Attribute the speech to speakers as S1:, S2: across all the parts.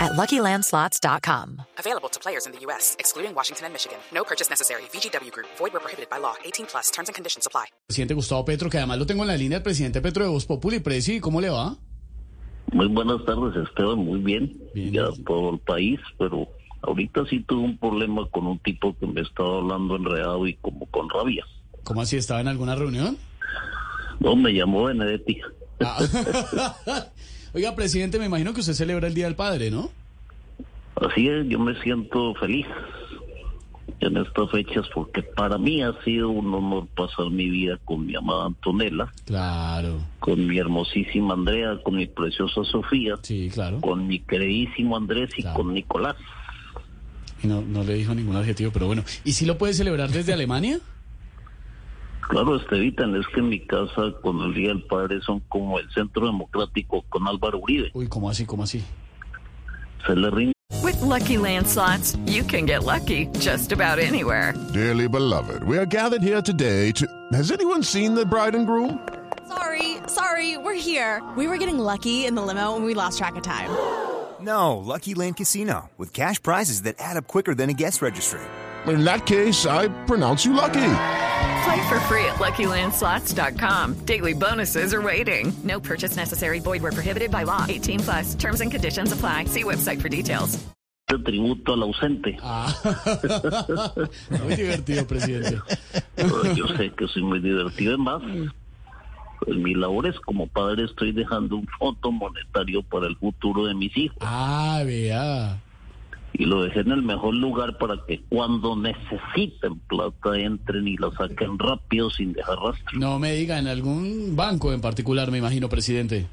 S1: at luckylandslots.com.
S2: Available to players in the U.S., excluding Washington and Michigan. No purchase necessary. VGW Group, void were prohibited by law. 18 plus terms and conditions apply.
S3: presidente Gustavo Petro, que además lo tengo en la línea, el presidente Petro de Voz Populi. Presi, ¿cómo le va?
S4: Muy buenas tardes, Esteban. Muy bien. Ya todo el país, pero ahorita sí tuve un problema con un tipo que me estaba hablando enredado y como con rabia.
S3: ¿Cómo así? ¿Estaba en alguna reunión?
S4: No, me llamó Benedetti.
S3: Ah. Oiga, presidente, me imagino que usted celebra el Día del Padre, ¿no?
S4: Así es, yo me siento feliz en estas fechas porque para mí ha sido un honor pasar mi vida con mi amada Antonella,
S3: Claro,
S4: con mi hermosísima Andrea, con mi preciosa Sofía,
S3: sí, claro.
S4: con mi queridísimo Andrés y
S3: Claro.
S4: con Nicolás.
S3: Y no, no le dijo ningún adjetivo, pero bueno. ¿Y si lo puede celebrar desde Alemania?
S4: Claro, Estevitan, es que en mi casa con el Día del Padre son como el Centro Democrático con Álvaro Uribe.
S3: Uy, ¿cómo así? ¿Cómo así?
S4: Se le rinde
S5: With Lucky Land slots, you can get lucky just about anywhere.
S6: Dearly beloved, we are gathered here today to. Has anyone seen the bride and groom?
S7: Sorry, sorry, we're here. We were getting lucky in the limo and we lost track of time.
S8: No, Lucky Land Casino, with cash prizes that add up quicker than a guest registry.
S6: In that case, I pronounce you lucky.
S5: Play for free at LuckyLandSlots.com. Daily bonuses are waiting.
S1: No purchase necessary. Void were prohibited by law. 18 plus terms and conditions apply. See website for details.
S4: tributo al ausente.
S3: Ah. Muy divertido, presidente.
S4: Pero Yo sé que soy muy divertido. Es más, en mis labores como padre estoy dejando un fondo monetario para el futuro de mis hijos.
S3: Ah, vea.
S4: Y lo dejé en el mejor lugar para que cuando necesiten plata entren y la saquen rápido sin dejar rastro.
S3: No me diga, en algún banco en particular, me imagino, presidente.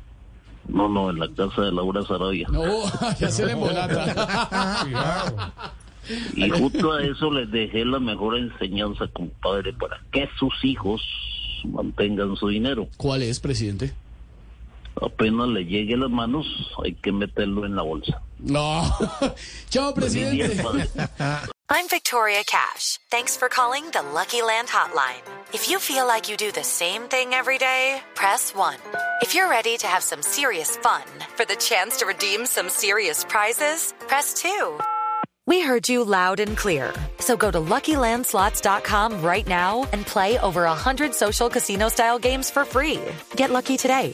S4: No, no, en la casa de Laura Sarabia.
S3: No, ya se le embolata.
S4: Y justo a eso les dejé la mejor enseñanza, compadre, para que sus hijos mantengan su dinero.
S3: ¿Cuál es, presidente?
S4: Apenas le llegue a las manos, hay que meterlo en la bolsa.
S3: No. Chao,
S4: Muy bien,
S3: presidente.
S4: padre.
S1: I'm Victoria Cash. Thanks for calling the Lucky Land Hotline. If you feel like you do the same thing every day, press 1. If you're ready to have some serious fun for the chance to redeem some serious prizes, press 2. We heard you loud and clear. So go to LuckyLandSlots.com right now and play over 100 social casino style games for free. Get lucky today